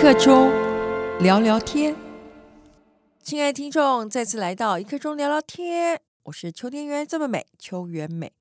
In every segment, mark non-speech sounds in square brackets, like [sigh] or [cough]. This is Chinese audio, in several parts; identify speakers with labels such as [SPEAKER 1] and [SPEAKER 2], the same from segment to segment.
[SPEAKER 1] 刻钟聊聊天。亲爱的听众，再次来到一刻钟聊聊天，我是秋天原来这么美，秋原美。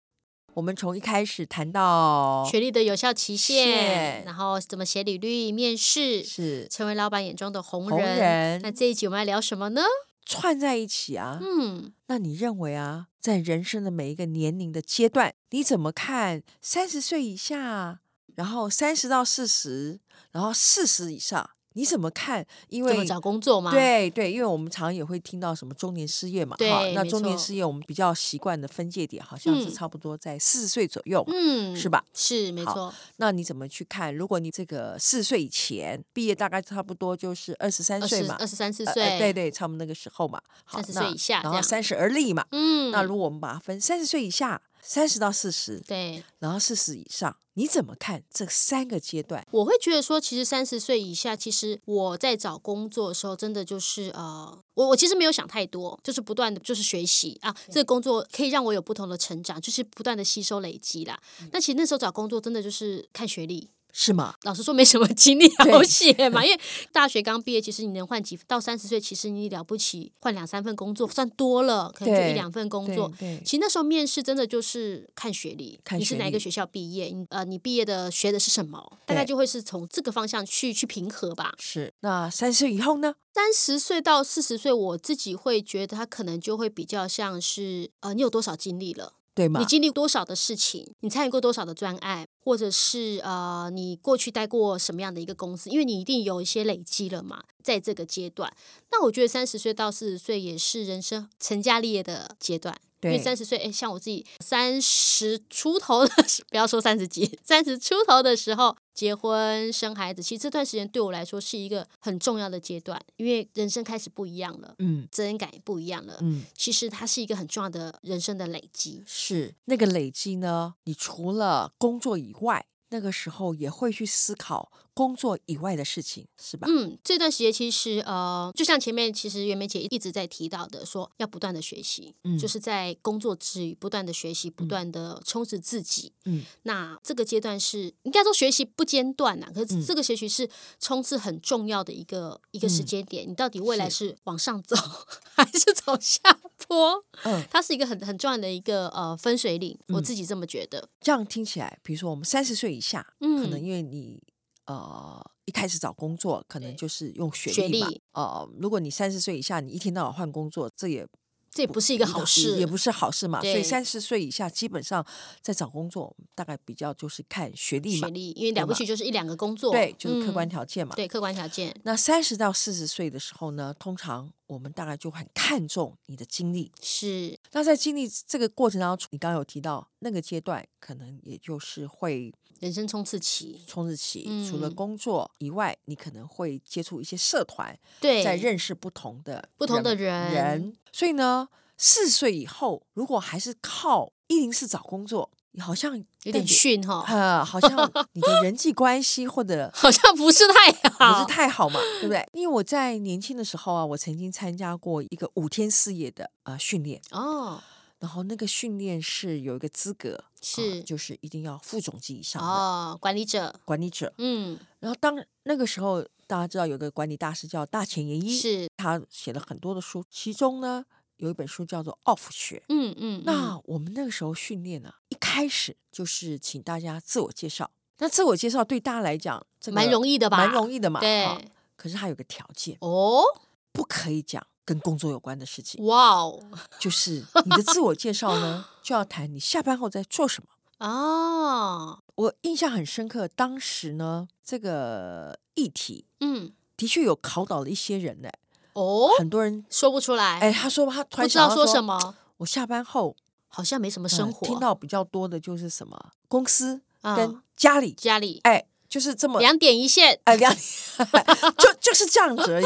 [SPEAKER 1] 我们从一开始谈到
[SPEAKER 2] 学历的有效期限，
[SPEAKER 1] 哦是
[SPEAKER 2] 然后怎么写履历、面试，
[SPEAKER 1] 是
[SPEAKER 2] 成为老板眼中的红
[SPEAKER 1] 红
[SPEAKER 2] 人。
[SPEAKER 1] 人
[SPEAKER 2] 那这一集我们要聊什么呢？
[SPEAKER 1] 串在一起啊，
[SPEAKER 2] 嗯，
[SPEAKER 1] 那你认为啊，在人生的每一个年龄的阶段，你怎么看三十岁以下，然后三十到四十，然后四十以上，你怎么看？因
[SPEAKER 2] 怎
[SPEAKER 1] 为
[SPEAKER 2] 么找工作吗？，
[SPEAKER 1] 对对，因为我们常也会听到什么中年失业嘛，哈
[SPEAKER 2] 对，
[SPEAKER 1] 那
[SPEAKER 2] 没
[SPEAKER 1] 中年
[SPEAKER 2] 错
[SPEAKER 1] 失业我们比较习惯的分界点好像是
[SPEAKER 2] 嗯
[SPEAKER 1] 差不多在四十岁左右嘛，
[SPEAKER 2] 嗯，
[SPEAKER 1] 是吧？
[SPEAKER 2] 是没
[SPEAKER 1] 好
[SPEAKER 2] 错，
[SPEAKER 1] 那你怎么去看？如果你这个四十岁以前毕业，大概差不多就是二十三
[SPEAKER 2] 二
[SPEAKER 1] 岁
[SPEAKER 2] 十
[SPEAKER 1] 嘛，
[SPEAKER 2] 二十三四
[SPEAKER 1] 呃
[SPEAKER 2] 岁、
[SPEAKER 1] 呃对，对，差不多那个时候嘛，好
[SPEAKER 2] 30
[SPEAKER 1] 那
[SPEAKER 2] 岁以下
[SPEAKER 1] 然
[SPEAKER 2] 这
[SPEAKER 1] 后
[SPEAKER 2] 样
[SPEAKER 1] 三十而立嘛。
[SPEAKER 2] 嗯，
[SPEAKER 1] 那如果我们把它分三十岁以下、三十到四十，
[SPEAKER 2] 对，
[SPEAKER 1] 然后四十以上，你怎么看这三个阶段？
[SPEAKER 2] 我会觉得说，其实三十岁以下，其实我在找工作的时候，真的就是呃，我我其实没有想太多，就是不断的就是学习啊，这个工作可以让我有不同的成长，就是不断的吸收累积啦。
[SPEAKER 1] 嗯
[SPEAKER 2] 但其实那时候找工作真的就是看学历。
[SPEAKER 1] 是吗？
[SPEAKER 2] 老实说，没什么经历好
[SPEAKER 1] 对
[SPEAKER 2] 写嘛，因为大学刚毕业，其实你能换几到三十岁，其实你了不起换两三份工作算多了，可能就
[SPEAKER 1] 对
[SPEAKER 2] 一两份工
[SPEAKER 1] 对
[SPEAKER 2] 作。
[SPEAKER 1] 对
[SPEAKER 2] 其实那时候面试真的就是看学历，
[SPEAKER 1] 看
[SPEAKER 2] 你
[SPEAKER 1] 学
[SPEAKER 2] 是哪一
[SPEAKER 1] 历
[SPEAKER 2] 个学校毕业，你呃你毕业的学的是什么，大概
[SPEAKER 1] 对
[SPEAKER 2] 就会是从这个方向去去平衡吧。
[SPEAKER 1] 是。那三十岁以后呢？
[SPEAKER 2] 三十岁到四十岁，我自己会觉得他可能就会比较像是呃你有多少经历了。
[SPEAKER 1] 对吗
[SPEAKER 2] 你？经历多少的事情，你参与过多少的专案，或者是呃，你过去待过什么样的一个公司，因为你一定有一些累积了嘛，在这个阶段。那我觉得三十岁到四十岁也是人生成家立业的阶段。因为
[SPEAKER 1] 对
[SPEAKER 2] 三十岁，哎，像我自己三十出头的时， [laughs] 不要说三十几，三十出头的时候结婚生孩子，其实这段时间对我来说是一个很重要的阶段，因为人生开始不一样了，
[SPEAKER 1] 嗯
[SPEAKER 2] 责任感也不一样了。
[SPEAKER 1] 嗯，
[SPEAKER 2] 其实它是一个很重要的人生的累积。
[SPEAKER 1] 是那个累积呢？你除了工作以外，那个时候也会去思考工作以外的事情，是吧？
[SPEAKER 2] 嗯，这段时间其实呃，就像前面其实袁梅姐一直在提到的，说要不断的学习，
[SPEAKER 1] 嗯
[SPEAKER 2] 就是在工作之余不断的学习，不断的充实自己。
[SPEAKER 1] 嗯，
[SPEAKER 2] 那这个阶段是应该说学习不间断呐、可
[SPEAKER 1] 嗯
[SPEAKER 2] 是这个学习是冲刺很重要的一个一个时
[SPEAKER 1] 嗯
[SPEAKER 2] 间点。你到底未来
[SPEAKER 1] 是
[SPEAKER 2] 是往上走 [laughs] 还是走下坡？ [laughs]
[SPEAKER 1] 嗯，
[SPEAKER 2] 它是一个很很重要的一个呃分水岭，我
[SPEAKER 1] 嗯
[SPEAKER 2] 自己这么觉得。
[SPEAKER 1] 这样听起来，比如说我们三十岁以下，可能
[SPEAKER 2] 嗯，
[SPEAKER 1] 因为你呃一开始找工作，可能
[SPEAKER 2] 对
[SPEAKER 1] 就是用学
[SPEAKER 2] 学
[SPEAKER 1] 历嘛
[SPEAKER 2] 历。
[SPEAKER 1] 呃，如果你三十岁以下，你一天到晚换工作，这也
[SPEAKER 2] 这也不是一个好事，
[SPEAKER 1] 也也不是好事嘛。所以
[SPEAKER 2] 对
[SPEAKER 1] 三十岁以下，基本上在找工作，大概比较就是看学历嘛
[SPEAKER 2] 学，历，因为了不
[SPEAKER 1] 嘛
[SPEAKER 2] 起就是一两个工作，
[SPEAKER 1] 对，就是客观
[SPEAKER 2] 嗯
[SPEAKER 1] 条件嘛。
[SPEAKER 2] 对客观条件。
[SPEAKER 1] 那三十到四十岁的时候呢，通常我们大概就很看重你的经历。
[SPEAKER 2] 是，
[SPEAKER 1] 那在经历这个过程当中，你刚刚有提到那个阶段，可能也就是会
[SPEAKER 2] 人生冲刺期，
[SPEAKER 1] 冲刺期，除了
[SPEAKER 2] 嗯
[SPEAKER 1] 工作以外，你可能会接触一些社团，
[SPEAKER 2] 对，
[SPEAKER 1] 在认识不同的
[SPEAKER 2] 不同的
[SPEAKER 1] 人
[SPEAKER 2] 人
[SPEAKER 1] 人。所以呢，四十岁以后，如果还是靠一零四找工作，好像
[SPEAKER 2] 有点
[SPEAKER 1] 对
[SPEAKER 2] 逊哈，
[SPEAKER 1] 呃，好像你的人际关系或者
[SPEAKER 2] 好像不是太
[SPEAKER 1] 不
[SPEAKER 2] 好，
[SPEAKER 1] 是太好嘛，对不对？因为我在年轻的时候啊，我曾经参加过一个五天四夜的呃训练，
[SPEAKER 2] 哦
[SPEAKER 1] 然后那个训练是有一个资格，啊
[SPEAKER 2] 是
[SPEAKER 1] 就是一定要副总级以上的
[SPEAKER 2] 哦，管理者，
[SPEAKER 1] 管理者。
[SPEAKER 2] 嗯，
[SPEAKER 1] 然后当那个时候，大家知道有个管理大师叫大前研一，
[SPEAKER 2] 是，
[SPEAKER 1] 他写了很多的书，其中呢有一本书叫做《off 学》。
[SPEAKER 2] 嗯嗯，嗯
[SPEAKER 1] 那我们那个时候训练呢、一开始就是请大家自我介绍。那自我介绍对大家来讲，这个
[SPEAKER 2] 蛮容易的吧？
[SPEAKER 1] 蛮容易的嘛。哈
[SPEAKER 2] 对，
[SPEAKER 1] 可是它有个条件，
[SPEAKER 2] 哦，
[SPEAKER 1] 不可以讲跟工作有关的事情，
[SPEAKER 2] 哇哦，
[SPEAKER 1] [laughs] 就是你的自我介绍呢，就要谈你下班后在做什么。
[SPEAKER 2] 哦，
[SPEAKER 1] 我印象很深刻，当时呢，这个议题
[SPEAKER 2] 嗯，
[SPEAKER 1] 的确有考倒了一些人呢、
[SPEAKER 2] 哦，
[SPEAKER 1] 很多人，
[SPEAKER 2] 说不出来，
[SPEAKER 1] 哎，他说他突
[SPEAKER 2] 不
[SPEAKER 1] 然
[SPEAKER 2] 知
[SPEAKER 1] 想
[SPEAKER 2] 道
[SPEAKER 1] 到
[SPEAKER 2] 说什，么，嗯
[SPEAKER 1] 我下班后
[SPEAKER 2] 好像没什么
[SPEAKER 1] 呃
[SPEAKER 2] 生活，
[SPEAKER 1] 听到比较多的就是什么公司
[SPEAKER 2] 啊
[SPEAKER 1] 跟家里，[laughs]
[SPEAKER 2] 家里
[SPEAKER 1] 哎，就是这么
[SPEAKER 2] 两点一线，
[SPEAKER 1] 哎
[SPEAKER 2] [laughs]
[SPEAKER 1] 两，就就是这样子而已。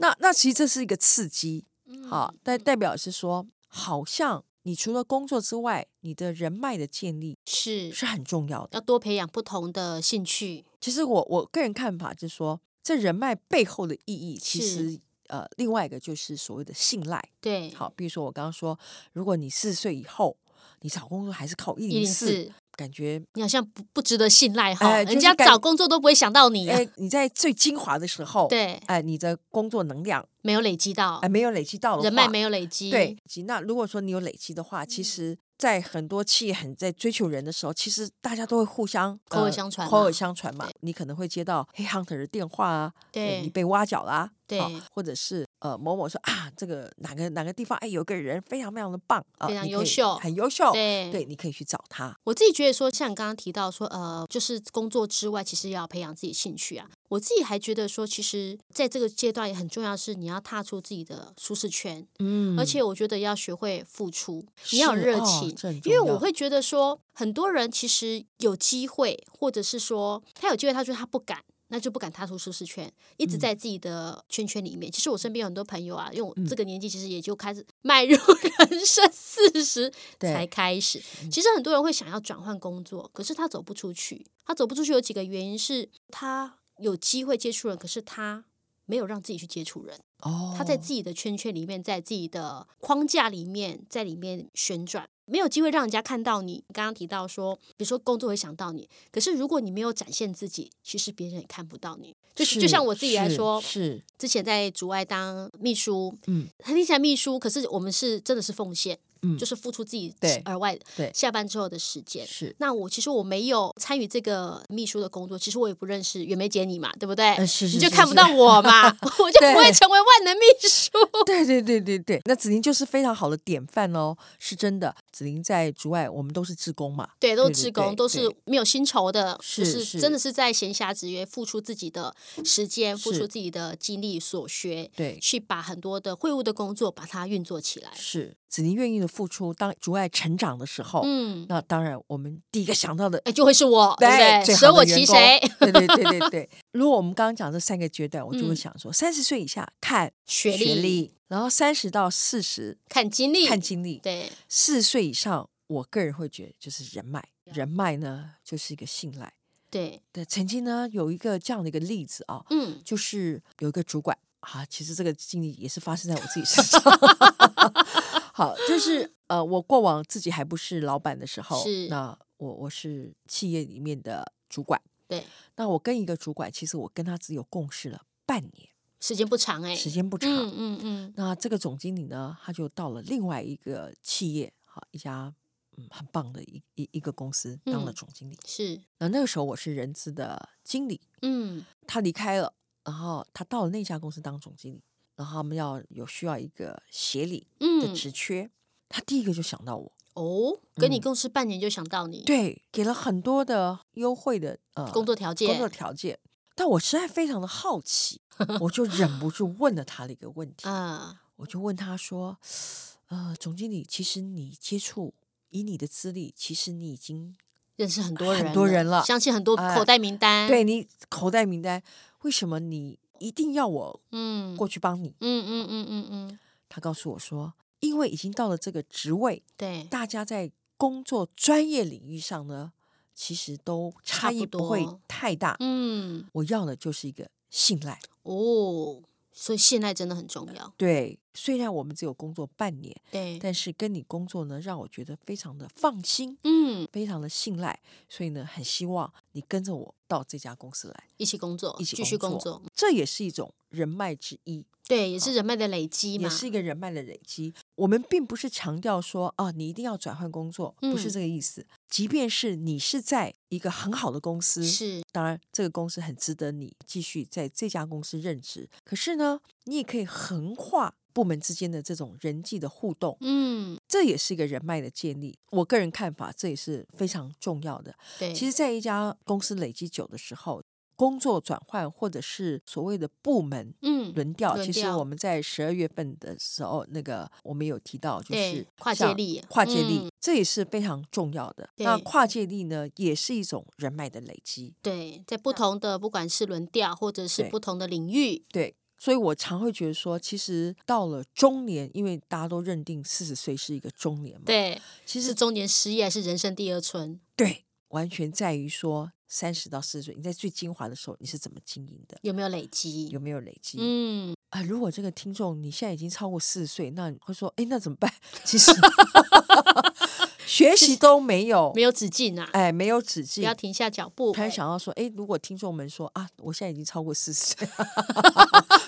[SPEAKER 1] 那那其实这是一个刺激，
[SPEAKER 2] 嗯
[SPEAKER 1] 好，代代表是说，好像你除了工作之外，你的人脉的建立
[SPEAKER 2] 是嗯
[SPEAKER 1] 是很重要的。
[SPEAKER 2] 要多培养不同的兴趣，
[SPEAKER 1] 其实我我个人看法是说，这人脉背后的意义，其
[SPEAKER 2] 是
[SPEAKER 1] 实呃，另外一个就是所谓的信赖。
[SPEAKER 2] 对，
[SPEAKER 1] 好，比如说我刚刚说，如果你四十岁以后，你找工作还是靠一
[SPEAKER 2] 一
[SPEAKER 1] 零
[SPEAKER 2] 零
[SPEAKER 1] 四，
[SPEAKER 2] 四，
[SPEAKER 1] 感觉
[SPEAKER 2] 你好像不不值得信赖哈，
[SPEAKER 1] 哎就是
[SPEAKER 2] 人家
[SPEAKER 1] 感
[SPEAKER 2] 找工作都不会想到你啊、
[SPEAKER 1] 哎、你在最精华的时候，
[SPEAKER 2] 对，
[SPEAKER 1] 哎、你的工作能量
[SPEAKER 2] 没有累积到
[SPEAKER 1] 哎、没有累积到的话，
[SPEAKER 2] 人脉，没有累积，
[SPEAKER 1] 对，以及那如果说你有累积的话，
[SPEAKER 2] 嗯
[SPEAKER 1] 其实，在很多企业很在追求人的时候，其实大家都会互相
[SPEAKER 2] 口耳
[SPEAKER 1] 呃
[SPEAKER 2] 相传
[SPEAKER 1] 口
[SPEAKER 2] 嘛
[SPEAKER 1] 耳相传嘛。你可能会接到黑 hunter 的电话啊，呃
[SPEAKER 2] 对
[SPEAKER 1] 你被挖角啦、
[SPEAKER 2] 对
[SPEAKER 1] 啊或者是呃某某说啊，这个哪个哪个地方哎有个人非常非常的棒啊，
[SPEAKER 2] 非常
[SPEAKER 1] 你
[SPEAKER 2] 优
[SPEAKER 1] 可以
[SPEAKER 2] 秀
[SPEAKER 1] 很优秀，
[SPEAKER 2] 对
[SPEAKER 1] 你可以去找他。
[SPEAKER 2] 我自己觉得说，像你刚刚提到说，呃，就是工作之外，其实也要培养自己兴趣啊。我自己还觉得说，其实在这个阶段也很重要，是你要踏出自己的舒适圈，
[SPEAKER 1] 嗯
[SPEAKER 2] 而且我觉得要学会付出，你要有
[SPEAKER 1] 是
[SPEAKER 2] 热
[SPEAKER 1] 哦
[SPEAKER 2] 情，
[SPEAKER 1] 这很
[SPEAKER 2] 因为
[SPEAKER 1] 重要
[SPEAKER 2] 我会觉得说，很多人其实有机会，或者是说他有机会，他觉得他不敢。那就不敢踏出舒适圈，一
[SPEAKER 1] 嗯
[SPEAKER 2] 直在自己的圈圈里面。其实我身边有很多朋友啊，因为我
[SPEAKER 1] 嗯
[SPEAKER 2] 这个年纪，其实也就开始迈入 [laughs] 人生四十
[SPEAKER 1] 对嗯
[SPEAKER 2] 才开始。其实很多人会想要转换工作，可是他走不出去。他走不出去有几个原因是，他有机会接触人，可是他没有让自己去接触人。
[SPEAKER 1] 哦，
[SPEAKER 2] 他在自己的圈圈里面，在自己的框架里面，在里面旋转，没有机会让人家看到你。刚刚提到说，比如说工作会想到你，可是如果你没有展现自己，其实别人也看不到你。就是就像我自己来
[SPEAKER 1] 是
[SPEAKER 2] 说，
[SPEAKER 1] 是
[SPEAKER 2] 之前在主外当秘书，
[SPEAKER 1] 嗯，
[SPEAKER 2] 听起来秘书，可是我们是真的是奉献，
[SPEAKER 1] 嗯
[SPEAKER 2] 就是付出自己
[SPEAKER 1] 对
[SPEAKER 2] 额外
[SPEAKER 1] 对
[SPEAKER 2] 下班之后的时间。
[SPEAKER 1] 是，
[SPEAKER 2] 那我其实我没有参与这个秘书的工作，其实我也不认识袁梅姐你嘛，对不对？
[SPEAKER 1] 呃是是
[SPEAKER 2] 你就是看不
[SPEAKER 1] 是
[SPEAKER 2] 到
[SPEAKER 1] [laughs]
[SPEAKER 2] 我嘛，我就不会
[SPEAKER 1] 对
[SPEAKER 2] 成为万能秘书。
[SPEAKER 1] 对对对对对，那子宁就是非常好的典范哦，是真的。子宁在竹外，我们都是志工嘛，
[SPEAKER 2] 对，都
[SPEAKER 1] 对
[SPEAKER 2] 是
[SPEAKER 1] 对
[SPEAKER 2] 志工，
[SPEAKER 1] 对
[SPEAKER 2] 都是
[SPEAKER 1] 对
[SPEAKER 2] 没有薪酬的，
[SPEAKER 1] 是
[SPEAKER 2] 就是
[SPEAKER 1] 是
[SPEAKER 2] 真的是在闲暇之余付出自己的时间，付
[SPEAKER 1] 是
[SPEAKER 2] 出自己的精力所学，
[SPEAKER 1] 对
[SPEAKER 2] 去把很多的会务的工作把它运作起来。
[SPEAKER 1] 是子宁愿意的付出。当竹外成长的时候，
[SPEAKER 2] 嗯，
[SPEAKER 1] 那当然我们第一个想到的，
[SPEAKER 2] 哎，就会是我，对不对？
[SPEAKER 1] 最
[SPEAKER 2] 舍
[SPEAKER 1] 好
[SPEAKER 2] 我
[SPEAKER 1] 的
[SPEAKER 2] 其
[SPEAKER 1] 员工
[SPEAKER 2] 谁？？
[SPEAKER 1] 对对对对
[SPEAKER 2] [laughs]
[SPEAKER 1] 对。如果我们刚刚讲这三个阶段，我就会
[SPEAKER 2] 嗯
[SPEAKER 1] 想说，三十岁以下看
[SPEAKER 2] 学历、
[SPEAKER 1] 历，然后三十到四十
[SPEAKER 2] 看经历，
[SPEAKER 1] 看经历，
[SPEAKER 2] 对，
[SPEAKER 1] 四十岁以上，我个人会觉得就是人脉，人脉呢就是一个信赖。
[SPEAKER 2] 对，
[SPEAKER 1] 对，曾经呢有一个这样的一个例子啊、
[SPEAKER 2] 嗯，
[SPEAKER 1] 就是有一个主管啊，其实这个经历也是发生在我自己身
[SPEAKER 2] [laughs]
[SPEAKER 1] 上。好，就是呃，我过往自己还不是老板的时候，
[SPEAKER 2] 是
[SPEAKER 1] 那我我是企业里面的主管，
[SPEAKER 2] 对，
[SPEAKER 1] 那我跟一个主管，其实我跟他只有共事了半年，
[SPEAKER 2] 时间不长哎，
[SPEAKER 1] 时间不长。
[SPEAKER 2] 嗯嗯嗯，
[SPEAKER 1] 那这个总经理呢，他就到了另外一个企业，哈，一家嗯很棒的一一一个公司当了
[SPEAKER 2] 嗯
[SPEAKER 1] 总经理。
[SPEAKER 2] 是，
[SPEAKER 1] 那那个时候我是人资的经理，
[SPEAKER 2] 嗯，
[SPEAKER 1] 他离开了，然后他到了那家公司当总经理，然后他们要有需要一个协理的
[SPEAKER 2] 嗯，
[SPEAKER 1] 职缺，他第一个就想到我，
[SPEAKER 2] 哦，跟你
[SPEAKER 1] 嗯
[SPEAKER 2] 共事半年就想到你，，
[SPEAKER 1] 对，给了很多的优惠的呃
[SPEAKER 2] 工作条件，
[SPEAKER 1] 工作条件，但我实在非常的好
[SPEAKER 2] [laughs]
[SPEAKER 1] 奇，我就忍不住问了他的一个问题，
[SPEAKER 2] 啊，
[SPEAKER 1] 我就问他说，呃，总经理，其实你接触以你的资历，其实你已经
[SPEAKER 2] 认识很多人
[SPEAKER 1] 很
[SPEAKER 2] 了，
[SPEAKER 1] 多人了
[SPEAKER 2] 相信很多
[SPEAKER 1] 哎
[SPEAKER 2] 口袋名单，
[SPEAKER 1] 对你口袋名单，为什么你一定要我
[SPEAKER 2] 嗯，
[SPEAKER 1] 过去帮你？
[SPEAKER 2] 嗯嗯嗯嗯嗯，
[SPEAKER 1] 他告诉我说，因为已经到了这个职位，
[SPEAKER 2] 对，
[SPEAKER 1] 大家在工作专业领域上呢，其实都差
[SPEAKER 2] 差不
[SPEAKER 1] 异不会
[SPEAKER 2] 多
[SPEAKER 1] 太大。
[SPEAKER 2] 嗯，
[SPEAKER 1] 我要的就是一个信赖。
[SPEAKER 2] 哦，所以信赖真的很重要，
[SPEAKER 1] 对，虽然我们只有工作半年，
[SPEAKER 2] 对，
[SPEAKER 1] 但是跟你工作呢，让我觉得非常的放心，
[SPEAKER 2] 嗯，
[SPEAKER 1] 非常的信赖，所以呢，很希望你跟着我到这家公司来，
[SPEAKER 2] 一起工作，
[SPEAKER 1] 一起
[SPEAKER 2] 继续
[SPEAKER 1] 工
[SPEAKER 2] 工
[SPEAKER 1] 作
[SPEAKER 2] 作，
[SPEAKER 1] 这也是一种人脉之一。
[SPEAKER 2] 对，也是人脉的累积
[SPEAKER 1] 也
[SPEAKER 2] 嘛，
[SPEAKER 1] 是一个人脉的累积。我们并不是强调说啊，你一定要转换工作，不是
[SPEAKER 2] 嗯
[SPEAKER 1] 这个意思。即便是你是在一个很好的公司，
[SPEAKER 2] 是，
[SPEAKER 1] 当然这个公司很值得你继续在这家公司任职，可是呢，你也可以横跨部门之间的这种人际的互动，
[SPEAKER 2] 嗯，
[SPEAKER 1] 这也是一个人脉的建立。我个人看法，这也是非常重要的。
[SPEAKER 2] 对，
[SPEAKER 1] 其实，在一家公司累积久的时候，工作转换或者是所谓的部门
[SPEAKER 2] 嗯，
[SPEAKER 1] 轮调，
[SPEAKER 2] 轮
[SPEAKER 1] 其实
[SPEAKER 2] 调
[SPEAKER 1] 我们在十二月份的时候，那个我们有提到，就
[SPEAKER 2] 对
[SPEAKER 1] 是
[SPEAKER 2] 跨界
[SPEAKER 1] 像
[SPEAKER 2] 力
[SPEAKER 1] 跨界力、
[SPEAKER 2] 嗯
[SPEAKER 1] 这也是非常重要的。那
[SPEAKER 2] 对
[SPEAKER 1] 跨界力呢，也是一种人脉的累积。
[SPEAKER 2] 对，在不同的不管是轮调或者是
[SPEAKER 1] 对
[SPEAKER 2] 不同的领域，
[SPEAKER 1] 对，所以我常会觉得说，其实到了中年，因为大家都认定四十岁是一个中年嘛，，
[SPEAKER 2] 对，
[SPEAKER 1] 其
[SPEAKER 2] 是
[SPEAKER 1] 实
[SPEAKER 2] 中年失业还是人生第二春，
[SPEAKER 1] 对，完全在于说三十到四十岁，你在最精华的时候，你是怎么经营的，
[SPEAKER 2] 有没有累积？
[SPEAKER 1] 有没有累积？
[SPEAKER 2] 嗯，
[SPEAKER 1] 啊，如果这个听众你现在已经超过四十岁，那你会说，哎，那怎么办？其实，学习都没有，
[SPEAKER 2] 没有止境啊，
[SPEAKER 1] 哎，没有止
[SPEAKER 2] 不
[SPEAKER 1] 境
[SPEAKER 2] 要。停下脚步
[SPEAKER 1] 突。然想到说，哎，如果听众们说啊，我现在已经超过四十， [laughs]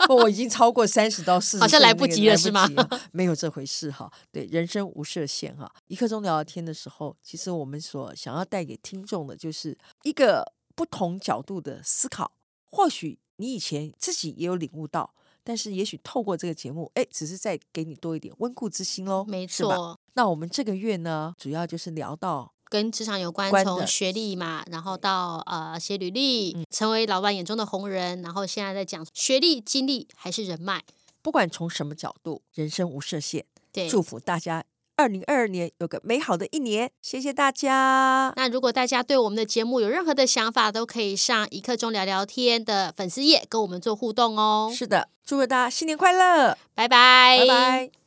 [SPEAKER 1] 不我已经超过三十到四十，
[SPEAKER 2] 好像来不及了是吗
[SPEAKER 1] 来不及了？没有这回事哈。对，人生无设限哈。一刻钟聊聊天的时候，其实我们所想要带给听众的，就是一个不同角度的思考。或许你以前自己也有领悟到，但是也许透过这个节目，哎，只是再给你多一点温故知新喽。
[SPEAKER 2] 没
[SPEAKER 1] 是吧。
[SPEAKER 2] 错，
[SPEAKER 1] 那我们这个月呢，主要就是聊到
[SPEAKER 2] 跟职场有关，
[SPEAKER 1] 关的嗯
[SPEAKER 2] 从学历嘛，然后到呃写履历，成为老板眼中的红人，然后现在在讲学历、经历还是人脉。
[SPEAKER 1] 不管从什么角度，人生无设限。
[SPEAKER 2] 对，
[SPEAKER 1] 祝福大家二零二二年有个美好的一年，谢谢大家。
[SPEAKER 2] 那如果大家对我们的节目有任何的想法，都可以上一刻钟聊聊天的粉丝页跟我们做互动哦。
[SPEAKER 1] 是的，祝大家新年快乐，
[SPEAKER 2] 拜拜，
[SPEAKER 1] 拜拜。